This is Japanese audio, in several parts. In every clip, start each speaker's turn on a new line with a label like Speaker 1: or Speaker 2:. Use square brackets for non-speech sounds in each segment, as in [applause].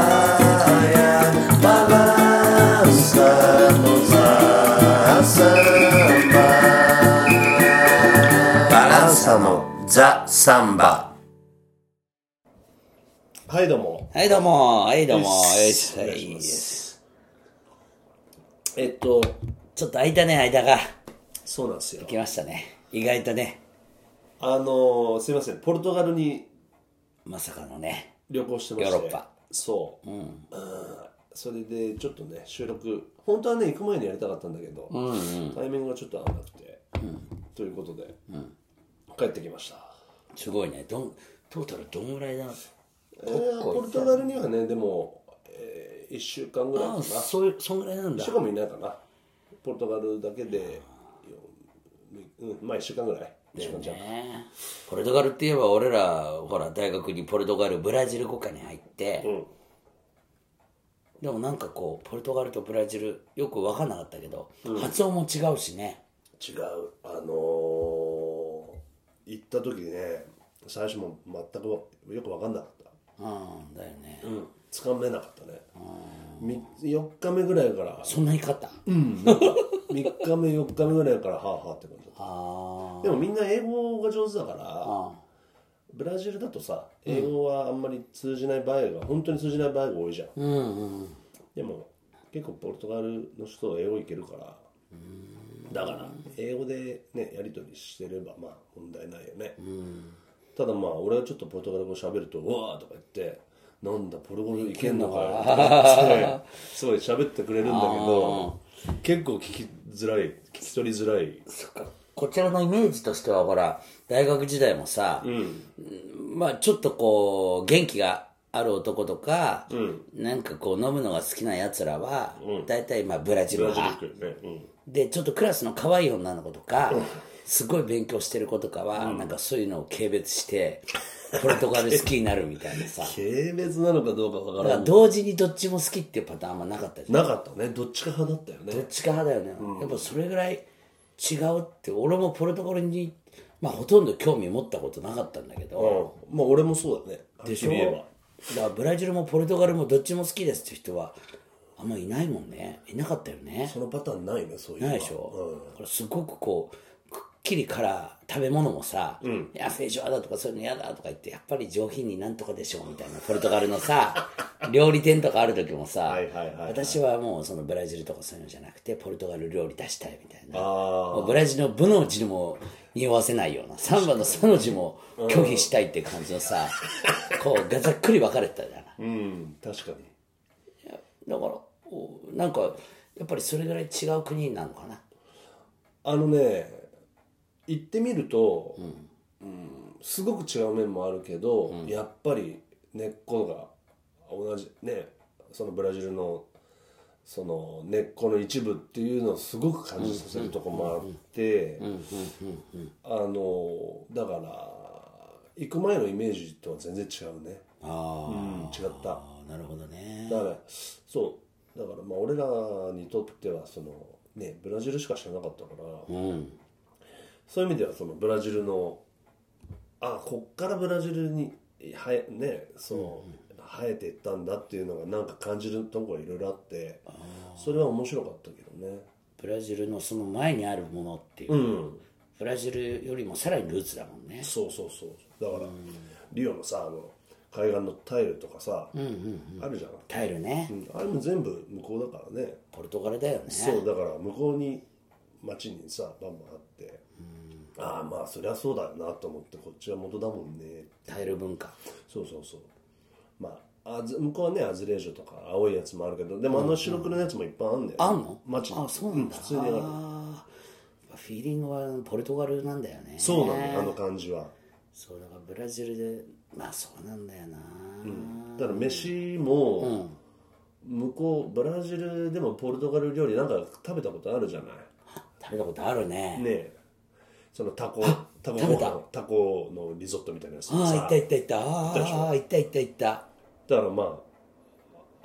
Speaker 1: Praia, balançamos a samba. Balançamos a samba.
Speaker 2: はいどうも
Speaker 3: はい、どうも。はい、どうも。
Speaker 2: よ
Speaker 3: よ
Speaker 2: し
Speaker 3: し、はい、
Speaker 2: お願
Speaker 3: いい
Speaker 2: いしま
Speaker 3: ですす。
Speaker 2: えっと
Speaker 3: ちょっと空いたね、間が。
Speaker 2: そうなんですよ
Speaker 3: 来ましたね。意外とね、
Speaker 2: あのーすいませんポルトガルに
Speaker 3: まさかのね。
Speaker 2: 旅行してまして
Speaker 3: ヨーロッパ
Speaker 2: そう、うん、それでちょっとね収録本当はね行く前にやりたかったんだけど、タイミングがちょっと合わなくて、ということで、帰ってきました
Speaker 3: すごいね。どん、トータルどんぐらいだ
Speaker 2: えーポルトガルにはねでも、え1週間ぐらいか
Speaker 3: ああ、
Speaker 2: な1
Speaker 3: そういう、そんぐらいなんだ
Speaker 2: 週。間もいないかなポルトガルだけで、ようん、まあ1週間ぐらい一週間じゃん
Speaker 3: ねポルトガルって言えば俺ら、ほら、大学にポルトガル、ブラジル語科に入って、
Speaker 2: ん
Speaker 3: でもなんかこう、ポルトガルとブラジル、よく分かんなかったけど、発音も違うしね。
Speaker 2: 違うあのー行った時ね最初も全くわよく分かんなかった
Speaker 3: うん、だよね。
Speaker 2: つかめなかったねみ4日目ぐらい
Speaker 3: [laughs]
Speaker 2: から
Speaker 3: そんなに勝った
Speaker 2: 3日目4日目ぐらいからはあはあって感じだった
Speaker 3: あ
Speaker 2: でもみんな英語が上手だからブラジルだとさ英語はあんまり通じない場合が本当に通じない場合が多いじゃん、
Speaker 3: あ。うんうん。
Speaker 2: でも結構ポルトガルの人は英語いけるからだから英語でねやり取りしてればまあ問題ないよねただまあ俺はちょっとポルトガル語喋ると「うわー」とか言って「なんだポルトガルいけんのかよ」とか言 [laughs] ってすごい喋ってくれるんだけど結構聞きづらい聞き取りづらい
Speaker 3: そっかこちらのイメージとしてはほら大学時代もさ、まあちょっとこう元気がある男とか、なんかこう飲むのが好きなやつらは、大体まあブラジル
Speaker 2: ブラジル
Speaker 3: 派
Speaker 2: 行くよね、うん
Speaker 3: でちょっとクラスの可愛い女の子とか、すごい勉強してる子とかは、なんかそういうのを軽蔑してポルトガル好きになるみたいなさだ
Speaker 2: 軽蔑なのかどうかわか
Speaker 3: からら
Speaker 2: ん
Speaker 3: 同時にどっちも好きっていうパターンあんまなかったじゃん
Speaker 2: なかったねどっちか派だったよね
Speaker 3: どっちか派だよね、やっぱそれぐらい違うって俺もポルトガルにまあほとんど興味持ったことなかったんだけど、
Speaker 2: うんまあ俺もそうだね
Speaker 3: でしょ
Speaker 2: はっきり言えば
Speaker 3: だからブラジルもポルトガルもどっちも好きですって人はあんまいないもんねいなかったよね
Speaker 2: そのパターンないねそういうの
Speaker 3: な
Speaker 2: はい
Speaker 3: でしょ、だからすごくこうくっきりから食べ物もさ「いやフェイジョアだ」とかそういうの嫌だとか言ってやっぱり上品になんとかでしょみたいなポルトガルの
Speaker 2: [laughs]
Speaker 3: さ料理店とかある時もさ
Speaker 2: はいはいはいはい
Speaker 3: 私はもうそのブラジルとかそういうのじゃなくてポルトガル料理出したいみたいな
Speaker 2: あ
Speaker 3: もうブラジルの部の字にも匂わせないようなサンバの「サ」の字も拒否したいって感じの
Speaker 2: [laughs]
Speaker 3: さ、こうがざっくり分かれてたじゃない
Speaker 2: あうん確かに
Speaker 3: だからおなんかやっぱりそれぐらい違う国なのかな
Speaker 2: あのね行ってみると、うんすごく違う面もあるけど、やっぱり根っこが同じねそのブラジルのその根っこの一部っていうのをすごく感じさせるとこもあってあのだから行く前のイメージとは全然違うね、う
Speaker 3: あ
Speaker 2: ん、違った。
Speaker 3: あなるほどね
Speaker 2: だからそうだからまあ俺らにとってはそのねブラジルしか知らなかったから、そういう意味ではそのブラジルのあこっからブラジルにはえねその、生えていったんだっていうのがなんか感じるところがいろいろあってそれは面白かったけどね
Speaker 3: ブラジルのその前にあるものっていう、ブラジルよりもさらにルーツだもんね
Speaker 2: そうそうそうだから、リオのさあの海岸のタイルとかさ、あるじゃん、
Speaker 3: タイルね、
Speaker 2: うんあれも全部向こうだからね
Speaker 3: ポルトガルだよね
Speaker 2: そうだから向こうに町にさバンバンあってああまあそりゃそうだよなと思ってこっちは元だもんね
Speaker 3: タイル文化
Speaker 2: そうそうそうまああず向こうはねアズレージョとか青いやつもあるけどでもあの白黒のやつもいっぱいあるんだよ、
Speaker 3: あんの
Speaker 2: 町に
Speaker 3: あそうなんだ、
Speaker 2: 普通にある
Speaker 3: あーフィーリングはポルトガルなんだよね
Speaker 2: そうなんだよあの感じは
Speaker 3: そうだからブラジルでまあそうなんだよな、
Speaker 2: だから飯も向こうブラジルでもポルトガル料理なんか食べたことあるじゃない
Speaker 3: 食べたことあるね
Speaker 2: ねえそのタコタコ
Speaker 3: 食
Speaker 2: ご
Speaker 3: べた
Speaker 2: 飯タコのリゾットみたいなやつ
Speaker 3: ああ行った行った行った
Speaker 2: たでしょ
Speaker 3: ああ行った行った行った
Speaker 2: だからま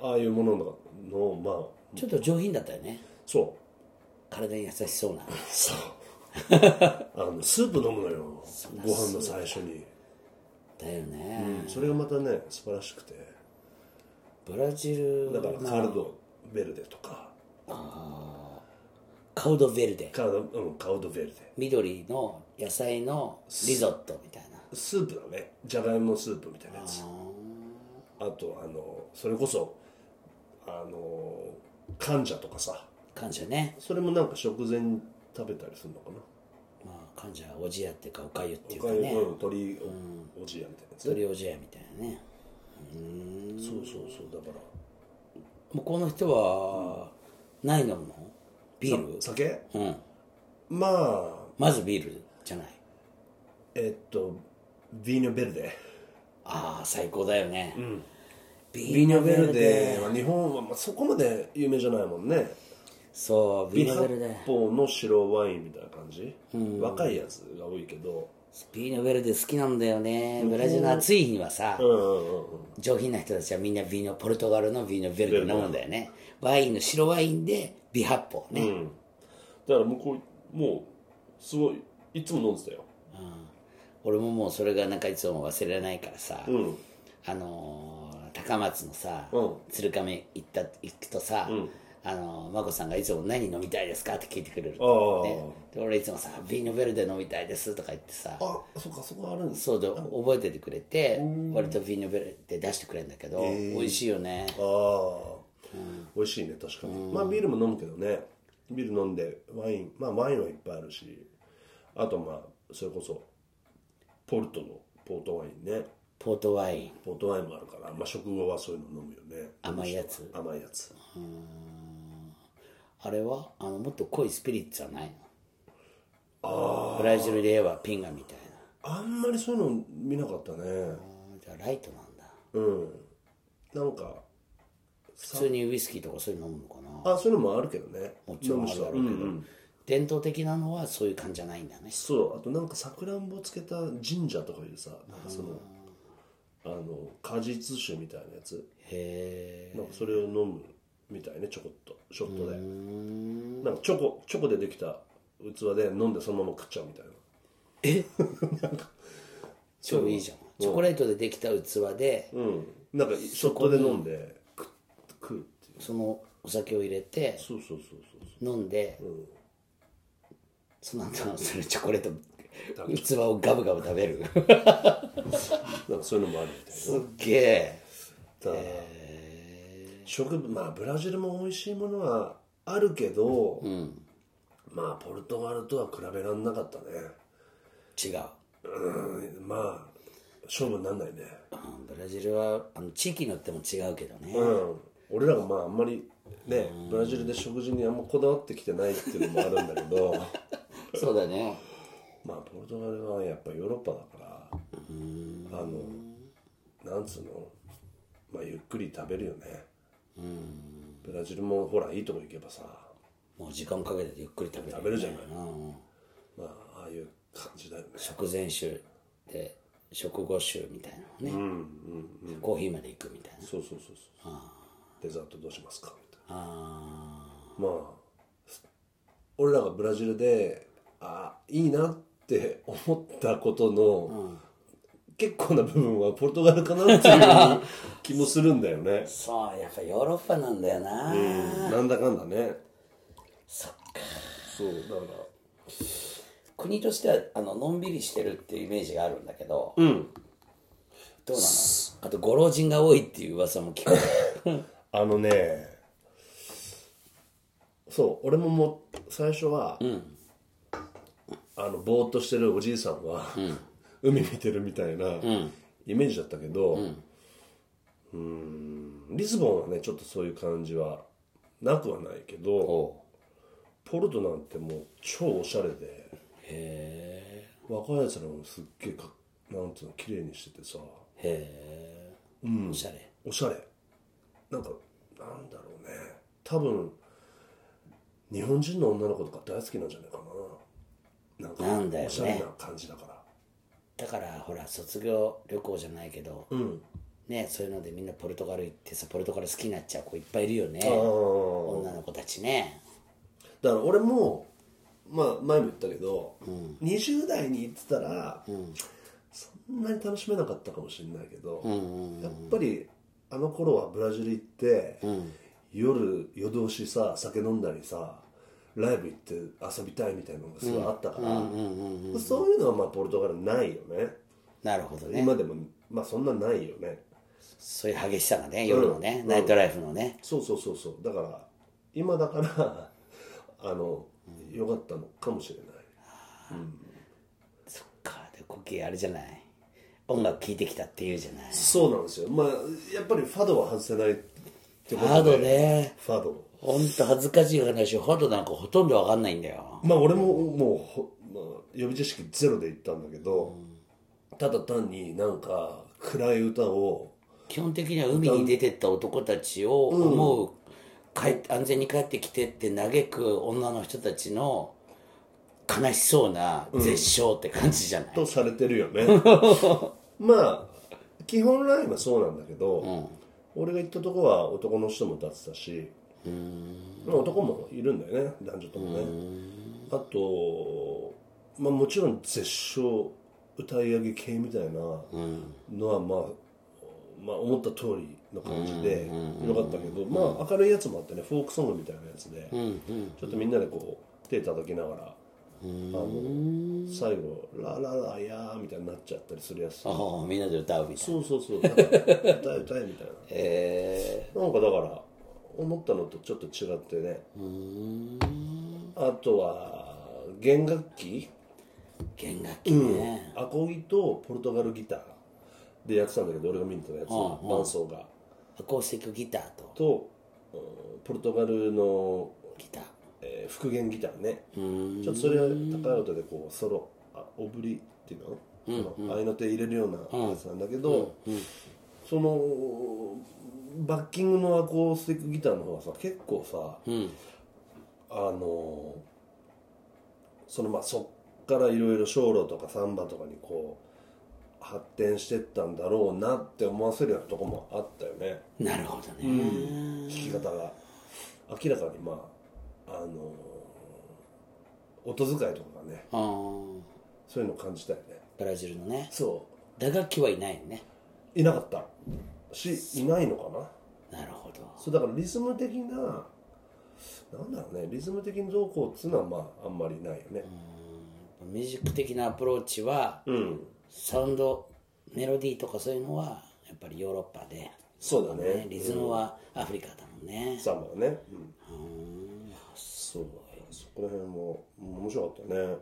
Speaker 2: あああいうものののまあ
Speaker 3: ちょっと上品だったよね
Speaker 2: そ
Speaker 3: 体に優しそうな
Speaker 2: うそう [laughs] あのスープ飲むのよご飯の最初に
Speaker 3: だよね、
Speaker 2: それがまたね素晴らしくて
Speaker 3: ブラジル
Speaker 2: だからカルド・ベルデとか
Speaker 3: カウドベルデ
Speaker 2: カルド、うん、カウド・ベルデ
Speaker 3: 緑の野菜のリゾットみたいな
Speaker 2: スープだねじゃがいものスープみたいなやつあとあのそれこそあの患者とかさ
Speaker 3: 感謝ね、
Speaker 2: それもなんか食前に食べたりするのかな
Speaker 3: まあ、感謝おじやっていうかおかゆっていう
Speaker 2: お
Speaker 3: か
Speaker 2: かゆ、
Speaker 3: ね
Speaker 2: うん、鶏おおじやみたいなやつね
Speaker 3: 鳥おじやみたいなね
Speaker 2: そうそうそうだから
Speaker 3: 向こうの人はない飲むのビール
Speaker 2: 酒
Speaker 3: うん
Speaker 2: まあ
Speaker 3: まずビールじゃない
Speaker 2: えっとビーニョベルデ
Speaker 3: ああ最高だよね、ビ
Speaker 2: ビー
Speaker 3: ー
Speaker 2: ニ
Speaker 3: ノ
Speaker 2: ョ
Speaker 3: ベ
Speaker 2: ベ
Speaker 3: ル
Speaker 2: ル
Speaker 3: デ
Speaker 2: デは日本は、まあ、そこまで有名じゃないもんね
Speaker 3: そうビーノベル
Speaker 2: ビ
Speaker 3: デ
Speaker 2: ハッポーの白ワインみたいな感じ若いやつが多いけど
Speaker 3: ビーノベルデ好きなんだよねブラジルの暑い日にはさ、
Speaker 2: うんうんうんうん
Speaker 3: 上品な人たちはみんなビーノポルトガルのビーノベルデ飲むんだよねワインの白ワインで美発泡ね、
Speaker 2: うんだから向こうもうすごいいつも飲んでたよ
Speaker 3: 俺ももうそれがなんかいつも忘れられないからさ、
Speaker 2: うん
Speaker 3: あのー高松のさ、
Speaker 2: うん
Speaker 3: 鶴亀行った行くとさ、
Speaker 2: ん
Speaker 3: あのー眞子さんがいつも何飲みたいですかって聞いてくれる
Speaker 2: ああ
Speaker 3: ねで俺いつもさ「ビーノベルデ飲みたいです」とか言ってさ
Speaker 2: あそっかそこあるんです
Speaker 3: そうで覚えててくれて割とビーノベルデ出してくれるんだけど、美味しいよね
Speaker 2: ああ、美味しいね確かに、まあビールも飲むけどねビール飲んでワインまあワインはいっぱいあるしあとまあそれこそポルトのポートワインね
Speaker 3: ポートワイン
Speaker 2: ポートワインもあるから、まあ、食後はそういうの飲むよね
Speaker 3: 甘いやつ
Speaker 2: 甘いやつ
Speaker 3: あれはあのもっと濃いスピリッツはないのブラジルで言えばピンガみたい
Speaker 2: あんまりそういうの見なかったね
Speaker 3: なあーじゃあライトなんだ
Speaker 2: うんなんか
Speaker 3: 普通にウイスキーとかそういうの飲むのかな
Speaker 2: あそういうのもあるけどね
Speaker 3: もちろんあるだろうけど、
Speaker 2: 飲む人はうんうん
Speaker 3: 伝統的なのはそういう感じじゃないんだね
Speaker 2: そうあとなんかさくらんぼつけた神社とかいうさなんかそのあの果実酒みたいなやつ
Speaker 3: へえ
Speaker 2: なんかそれを飲むみたいねちょこっとショットでなんかチョコチョコでできた器で飲んでそのまま食っちゃうみたいな
Speaker 3: 超いいじゃんチョコレートでできた器で、
Speaker 2: うんなんかショットで飲んで食食うっていう
Speaker 3: そのお酒を入れて
Speaker 2: そうそうそうそう
Speaker 3: 飲んで、その後それチョコレート器をガブガブ食べる
Speaker 2: そうなんかそういうのもあるみたい
Speaker 3: すっげえ
Speaker 2: だから食まあブラジルも美味しいものはあるけど、まあポルトガルとは比べられなかったね
Speaker 3: 違う、
Speaker 2: うんまあ勝負になんないね
Speaker 3: うんブラジルはあの地域によっても違うけどね、
Speaker 2: うん俺らがまああんまりねブラジルで食事にあんまこだわってきてないっていうのもあるんだけ [laughs] ど
Speaker 3: そうだね
Speaker 2: まあポルトガルはやっぱヨーロッパだからあのなんつうのまあゆっくり食べるよねブラジルもほらいいとこ行けばさ
Speaker 3: もう時間かけてゆっくり食べる、
Speaker 2: 食べるじゃない
Speaker 3: うん
Speaker 2: まあああいう感じだよね
Speaker 3: 食前酒で食後酒みたいなのね、コーヒーまで行くみたいな
Speaker 2: そうそうそうそうデザートどうしますかみた
Speaker 3: あ
Speaker 2: いなまあ俺らがブラジルであいいなって思ったことの、結構な部分はポルトガルかなっていう気もするんだよね
Speaker 3: ー、そうやっぱヨーロッパなんだよな、
Speaker 2: うん、なんだかんだね
Speaker 3: そっか
Speaker 2: そうだから
Speaker 3: 国としてはあののんびりしてるっていうイメージがあるんだけど、どうなのあとご老人が多いっていう噂も聞く
Speaker 2: あのねそう俺ももう最初は、あのぼーっとしてるおじいさんは、海見てるみたいなイメージだったけど、うーんリスボンはねちょっとそういう感じはなくはないけど
Speaker 3: おう
Speaker 2: ポルトなんてもう超おしゃれで
Speaker 3: へ
Speaker 2: 若いやつらもすっげえかなんつうの綺麗にしててさ
Speaker 3: えへえ、うん、おしゃれ
Speaker 2: おしゃれなんかなんだろうね多分日本人の女の子とか大好きなんじゃないかななんか
Speaker 3: なんだよね
Speaker 2: おしゃれな感じだから
Speaker 3: だからほら卒業旅行じゃないけど、
Speaker 2: うん
Speaker 3: ねそういうのでみんなポルトガル行ってさポルトガル好きになっちゃう子いっぱいいるよね
Speaker 2: あー
Speaker 3: 女の子たちね
Speaker 2: だから俺もまあ前も言ったけど、20代に行ってたら、そんなに楽しめなかったかもしれないけど、やっぱりあの頃はブラジル行って、夜夜通しさ酒飲んだりさライブ行って遊びたいみたいなのがすごいあったから、そういうのはまあポルトガルないよね
Speaker 3: なるほどね
Speaker 2: 今でもまあそんなないよね
Speaker 3: そういう激しさがね夜のね、ナイトライフのね
Speaker 2: そうそうそうそうだから今だから [laughs] あの、良よかったのかもしれない
Speaker 3: そっかでコッキーあれじゃない音楽聴いてきたって言うじゃない
Speaker 2: そうなんですよまあやっぱりファドは外せないってことで
Speaker 3: ハードね
Speaker 2: ファド
Speaker 3: ほんと恥ずかしい話ほとんどなんかほとんどわかんないんだよ
Speaker 2: まあ俺ももうほ、まあ、予備知識ゼロで行ったんだけど、ただ単になんか暗い歌を
Speaker 3: 基本的には海に出てった男たちを思う、帰っ安全に帰ってきてって嘆く女の人たちの悲しそうな絶唱って感じじゃない、
Speaker 2: とされてるよ [laughs] ねまあ基本ラインはそうなんだけど、俺が行ったとこは男の人も歌ってたしまあ男もいるんだよね男女ともねあと、まあ、もちろん絶唱歌い上げ系みたいなのはまあ、まあ、思った通りの感じでよかったけど、まあ、明るいやつもあってねフォークソングみたいなやつで、ちょっとみんなでこう手叩きながら。あの最後「ラララやー」みたいになっちゃったりするやつそ
Speaker 3: ああみんなで歌うみたいな
Speaker 2: うそうそうなんか歌え歌えみたいな
Speaker 3: [laughs] え
Speaker 2: なんかだから思ったのとちょっと違ってねあとは弦楽器
Speaker 3: ー、弦楽器ね、
Speaker 2: アコギとポルトガルギターでやってたんだけど俺が見に行ったやつ伴奏が
Speaker 3: アコースティックギターと
Speaker 2: とうんポルトガルの、
Speaker 3: ギター
Speaker 2: えー復元ギターねちょっとそれは高い音でこうソロあオブリっていうの,、あの合いの手入れるようなやつなんだけど、そのバッキングのアコースティックギターの方はさ結構さ、あのそのまあそっからいろいろ小路とかサンバとかにこう発展してったんだろうなって思わせるようなとこもあったよね
Speaker 3: なるほどね、
Speaker 2: 弾き方が明らかにまああの音遣いとかがね
Speaker 3: あー
Speaker 2: そういうのを感じたよね
Speaker 3: ブラジルのね
Speaker 2: そ
Speaker 3: 打楽器はいないよね
Speaker 2: ういなかったしいないのかな
Speaker 3: なるほど
Speaker 2: そうだからリズム的ななんだろうねリズム的にどうこうっつうのはまああんまりないよね
Speaker 3: ミュージック的なアプローチは、サウンドメロディーとかそういうのはやっぱりヨーロッパで、
Speaker 2: そうだね
Speaker 3: リズムはアフリカだもんね、
Speaker 2: サンバはねうんそうそこら辺も面白かったよね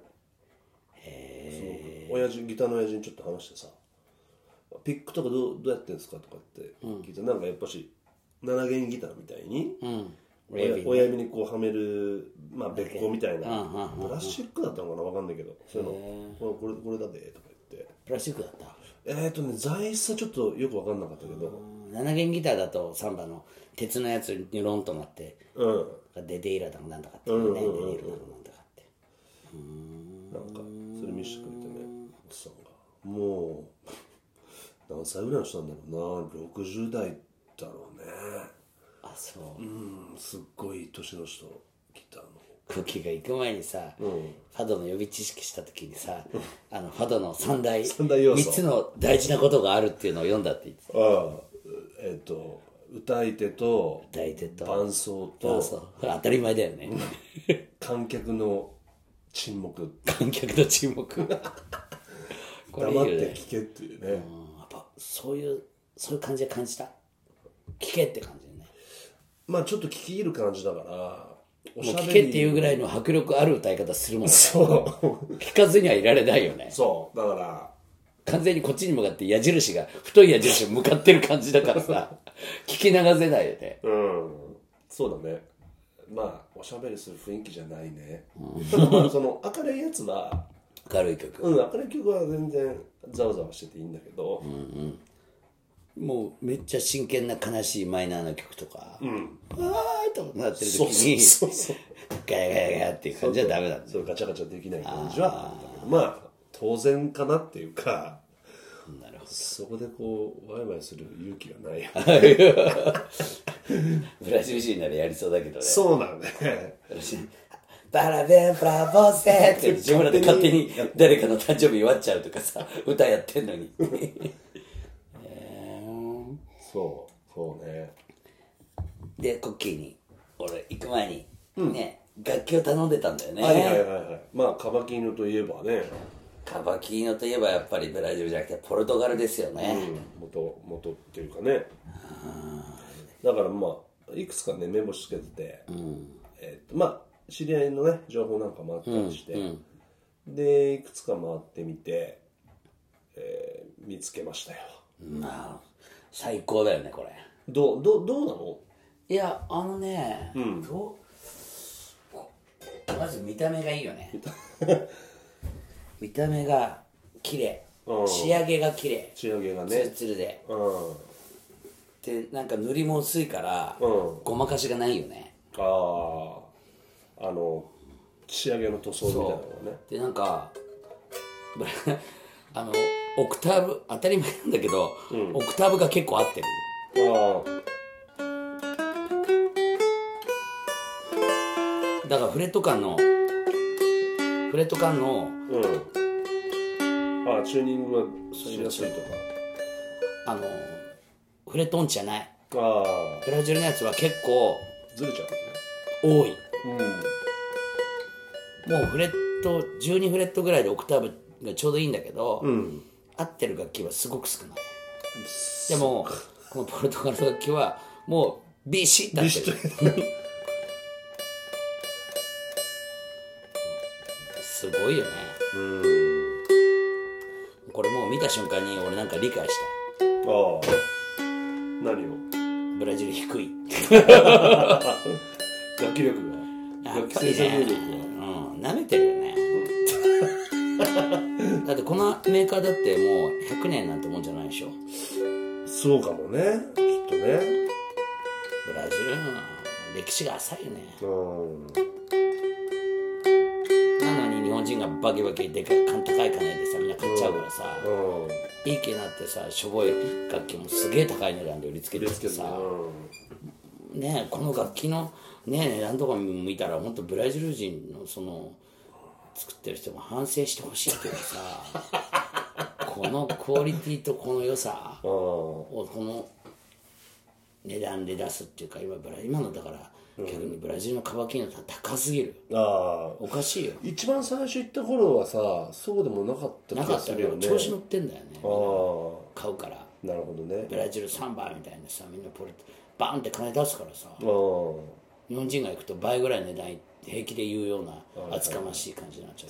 Speaker 2: へえ親父ギターの親父にちょっと話してさピックとかどうどうやってんですかとかって聞いたら、なんかやっぱし7弦ギターみたいに、親親指にこうはめる、まあ、べっこみたいな、プラスチックだったのかなわかんないけどそういうのこれこれこれだでとか言って
Speaker 3: プラスチックだった
Speaker 2: えっ、ー、とね材質はちょっとよくわかんなかったけど
Speaker 3: 7弦ギターだとサンバの鉄のやつにロンとなって
Speaker 2: うん
Speaker 3: デデイラだかなんだかっていうね、デデイラだかなんだかって
Speaker 2: なんかそれ見せてくれてね奥さんがもう何歳ぐらいの人なんだろうな60代だろうね
Speaker 3: あそう、
Speaker 2: うんすっごい年の人ギターの
Speaker 3: 空気が行く前にさ、ファドの予備知識した時にさ、あのファドの三大
Speaker 2: 三大要素
Speaker 3: 三つの大事なことがあるっていうのを読んだって言ってた
Speaker 2: ああえっ、と歌い手と
Speaker 3: 歌い手と
Speaker 2: 伴奏
Speaker 3: あ
Speaker 2: と
Speaker 3: そうこれ当たり前だよね
Speaker 2: 観客の沈黙
Speaker 3: 観客の沈
Speaker 2: [laughs]
Speaker 3: 黙これいい
Speaker 2: 黙
Speaker 3: よ
Speaker 2: っ
Speaker 3: ね
Speaker 2: て聞けっていうね
Speaker 3: うんやっぱそういうそういう感じで感じた聞けって感じだね
Speaker 2: まあちょっと聞き入る感じだからお
Speaker 3: もう
Speaker 2: しゃ
Speaker 3: 聞
Speaker 2: べ
Speaker 3: け
Speaker 2: り
Speaker 3: っていうぐらいの迫力ある歌い方するもんね
Speaker 2: そう
Speaker 3: [laughs] 聞かずにはいられないよね
Speaker 2: そうだから
Speaker 3: 完全にこっちに向かって矢印が太い矢印が向かってる感じだから
Speaker 2: [laughs]
Speaker 3: さ聞き流せないよね
Speaker 2: うんそうだねまあおしゃべりする雰囲気じゃないねただ [laughs] まあその明るいやつは
Speaker 3: 明るい曲
Speaker 2: うん明るい曲は全然ざわざわしてていいんだけど、
Speaker 3: もうめっちゃ真剣な悲しいマイナーな曲とか、あーっとなってる時
Speaker 2: そうそう
Speaker 3: に
Speaker 2: そうそう
Speaker 3: ガヤガヤガヤっていう感じはダメなんだ
Speaker 2: そういうガチャガチャできない感じはあるんだけどまあ当然かなっていうか
Speaker 3: なるほ
Speaker 2: そこでこうワイワイする勇気がないよ
Speaker 3: [laughs] どブラジル人ならやりそうだけどね
Speaker 2: そうなんだ [laughs] ね
Speaker 3: バラベンプラボセって自分らで勝手に誰かの誕生日祝っちゃうとかさ歌やってんのに
Speaker 2: そうそうね
Speaker 3: でコッキーに俺行く前に、ね楽器を頼んでたんだよね、
Speaker 2: はいはいはいはいまあカバキーノといえばね、
Speaker 3: カバキーノといえばやっぱりブラジルじゃなくてポルトガルですよ
Speaker 2: う
Speaker 3: ね、
Speaker 2: ん、元元っていうかねだからまあいくつかねメモしてて、えっとまあ知り合いのね情報なんかもあったりして、でいくつか回ってみて、えー見つけましたよ
Speaker 3: まあ最高だよねこれ
Speaker 2: どうどうどうなの
Speaker 3: いやあのね、どうまず見た目がいいよね [laughs] 見た目が綺麗
Speaker 2: うん
Speaker 3: 仕上げが綺麗
Speaker 2: 仕上げが
Speaker 3: ツル
Speaker 2: ね
Speaker 3: ツルで
Speaker 2: うん
Speaker 3: でなんか塗りも薄いから、
Speaker 2: うん
Speaker 3: ごまかしがないよね
Speaker 2: あああの仕上げの塗装みたいなのがね
Speaker 3: でなんかブラあのオクターブ当たり前なんだけど、オクターブが結構合ってる
Speaker 2: あ
Speaker 3: だからフレット感のフレット感の
Speaker 2: あうんああチューニングがしやすいと
Speaker 3: あのフレット音痴じゃない
Speaker 2: かああ
Speaker 3: ブラジルのやつは結構
Speaker 2: ずれちゃう
Speaker 3: 多い
Speaker 2: ねうん
Speaker 3: もうフレット12フレットぐらいでオクターブがちょうどいいんだけど、
Speaker 2: うん
Speaker 3: 合ってる楽器はすごく少ないでもこのポルトガルの楽器はもうビシッと合ってるすごいよね
Speaker 2: うん
Speaker 3: これもう見た瞬間に俺なんか理解し
Speaker 2: ああ何を
Speaker 3: たブラジル低い
Speaker 2: 楽器力が
Speaker 3: やっ
Speaker 2: 楽器
Speaker 3: ぱ
Speaker 2: 生
Speaker 3: りね、
Speaker 2: 産能力が
Speaker 3: うん、舐めてるよね。だってこのメーカーだってもう100年なんてもんじゃないでしょ。
Speaker 2: そうかもねきっとね
Speaker 3: ブラジルの歴史が浅いよね。
Speaker 2: うん
Speaker 3: なのに日本人がバキバキでかい、高い金でさ、みんな買っちゃうからさ、
Speaker 2: うん
Speaker 3: いい気になってさ、しょぼい楽器もすげえ高い値段で売りつけて
Speaker 2: です
Speaker 3: き
Speaker 2: け
Speaker 3: て
Speaker 2: ど
Speaker 3: さ、
Speaker 2: ね
Speaker 3: ねえこの楽器のねえ値段とか見たら本当ブラジル人のその作ってる人も反省してほしいけどさ
Speaker 2: [laughs]
Speaker 3: このクオリティとこの良さ
Speaker 2: う
Speaker 3: をこ
Speaker 2: ん
Speaker 3: の値段で出すっていうか今ブラ今のだから逆にブラジルのカバキの高すぎる
Speaker 2: ああ
Speaker 3: おかしいよ
Speaker 2: 一番最初行った頃はさそうでもなかった
Speaker 3: な
Speaker 2: 気
Speaker 3: か
Speaker 2: が
Speaker 3: った
Speaker 2: す
Speaker 3: ら
Speaker 2: るよね
Speaker 3: 調子乗ってんだよね
Speaker 2: ああ
Speaker 3: 買うから
Speaker 2: なるほどね
Speaker 3: ブラジルサンバみたいなさみんなポルトバーンって金出すからさ
Speaker 2: あ
Speaker 3: 日本人が行くと倍ぐらいの値段平気で言うような厚かましい感じになっちゃう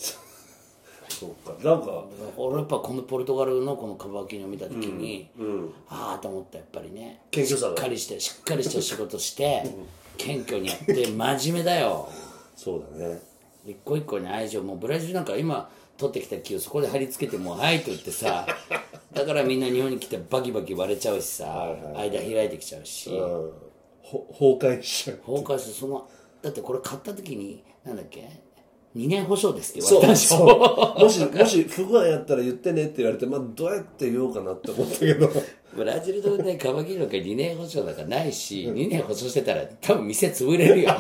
Speaker 2: あそうかなんか
Speaker 3: 俺やっぱこのポルトガルのこのカバキリを見た時に、ああと思ったやっぱりね
Speaker 2: 謙虚さ
Speaker 3: し
Speaker 2: が
Speaker 3: っかりしてしっかりした仕事して謙虚にやって真面目だよ
Speaker 2: そうだね
Speaker 3: 一個一個に愛情もうブラジルなんか今取ってきた木をそこで貼り付けてもう「はい」と言ってさだからみんな日本に来てバキバキ割れちゃうしさ、間開いてきちゃうし、
Speaker 2: うんほ崩壊しちゃう
Speaker 3: 崩壊するそのだってこれ買った時になんだっけ2年保証ですって言われたでしょ
Speaker 2: そうもしもし不具合やったら言ってねって言われてまあどうやって言おうかなって思ったけ
Speaker 3: [laughs]
Speaker 2: ど
Speaker 3: ブラジルのね、カバキリの会2年保証なんかないし、2年保証してたら多分店潰れる [laughs] よ。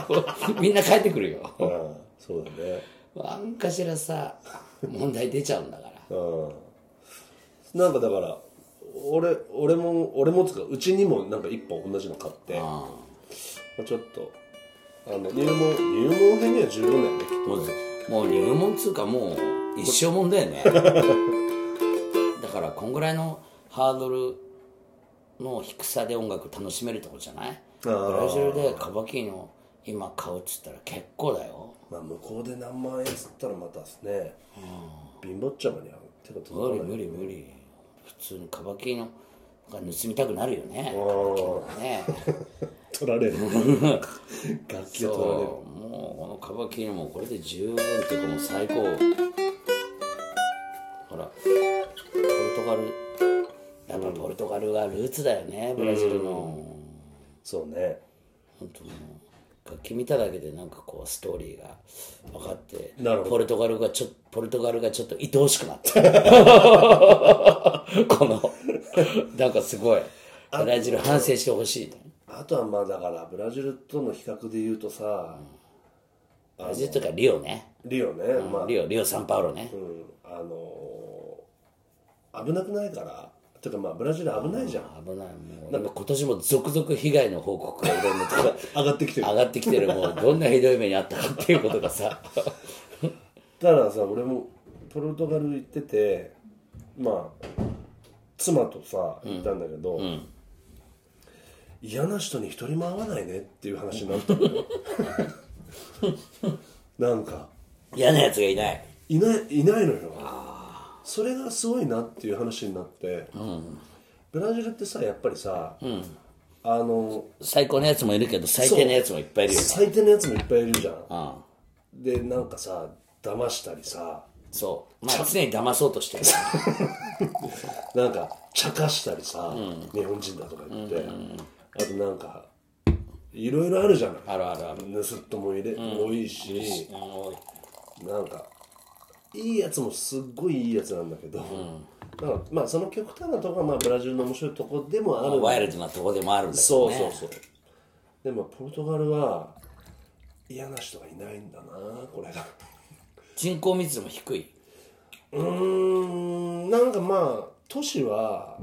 Speaker 3: みんな帰ってくるよ。
Speaker 2: うんそうだね
Speaker 3: なんかしらさ、問題出ちゃうんだから。
Speaker 2: うんなんかだから俺俺も俺もつかうちにもなんか一本同じの買ってまあちょっとあの入門入門編には十分だよねきっ
Speaker 3: もう、もう入門っつうかもう一生もんだ [laughs] よね。だからこんぐらいのハードルの低さで音楽楽しめるとこじゃないブ
Speaker 2: ああ
Speaker 3: ラジルでカバキリの今買うっつったら結構だよ。
Speaker 2: とまあ向こうで何万円っつったらまたですね貧乏っちゃまには手が
Speaker 3: 無
Speaker 2: 届
Speaker 3: 理
Speaker 2: かない
Speaker 3: 無理無理普通にカバキリのが盗みたくなるよねカバキリのね
Speaker 2: 取 [laughs] られる楽器
Speaker 3: そう
Speaker 2: が取られる
Speaker 3: もうこのカバキリもこれで十分っていうかもう最高ほらポルトガルやっぱポルトガルがルーツだよねブラジルの
Speaker 2: そうね
Speaker 3: 本当もう楽器見ただけでなんかこうストーリーが分かって
Speaker 2: なるほど
Speaker 3: ポルトガルがちょポルトガルがちょっと愛おしくなった
Speaker 2: [laughs]
Speaker 3: このなんかすごいブラジル反省してほしい
Speaker 2: あとはまあだからブラジルとの比較で言うとさ、
Speaker 3: ブラジルとかリオね
Speaker 2: リオね、まあ、
Speaker 3: リオリオサンパウロね
Speaker 2: うん、あのー危なくないからてかまあブラジル危ないじゃん
Speaker 3: 危ないもうなんか今年も続々被害の報告がいろんなところ
Speaker 2: 上がってきてる
Speaker 3: 上がってきてるもうどんなひどい目にあったかっていうことがさ
Speaker 2: だからさ俺もポルトガル行っててまあ妻とさ行ったんだけど、嫌な人に一人も会わないねっていう話になったの [laughs] よなんか
Speaker 3: 嫌なやつがいない
Speaker 2: いないいないのよそれがすごいなっていう話になって、ブラジルってさやっぱりさ、あの
Speaker 3: 最高のやつもいるけど最低のやつもいっぱいいるよ
Speaker 2: 最低のやつもいっぱいいるじゃん
Speaker 3: うん
Speaker 2: でなんかさ騙したりさ
Speaker 3: そうまあ常に騙そうとしてる
Speaker 2: なんか茶化したりさ、日本人だとか言って、あとなんかいろいろあるじゃない
Speaker 3: [laughs] あるあるある
Speaker 2: 盗っ人もいれ、多いし、なんかいいやつもすっごいいいやつなんだけど、だからまあその極端なとこはまあブラジルの面白いとこでもあるんだけど
Speaker 3: ワイルドなとこでもあるんだけ
Speaker 2: そ
Speaker 3: ど
Speaker 2: う
Speaker 3: ね
Speaker 2: そうそうでもポルトガルは嫌な人がいないんだなこれが
Speaker 3: 人口密度も低いう
Speaker 2: ーんなんかまあ都市は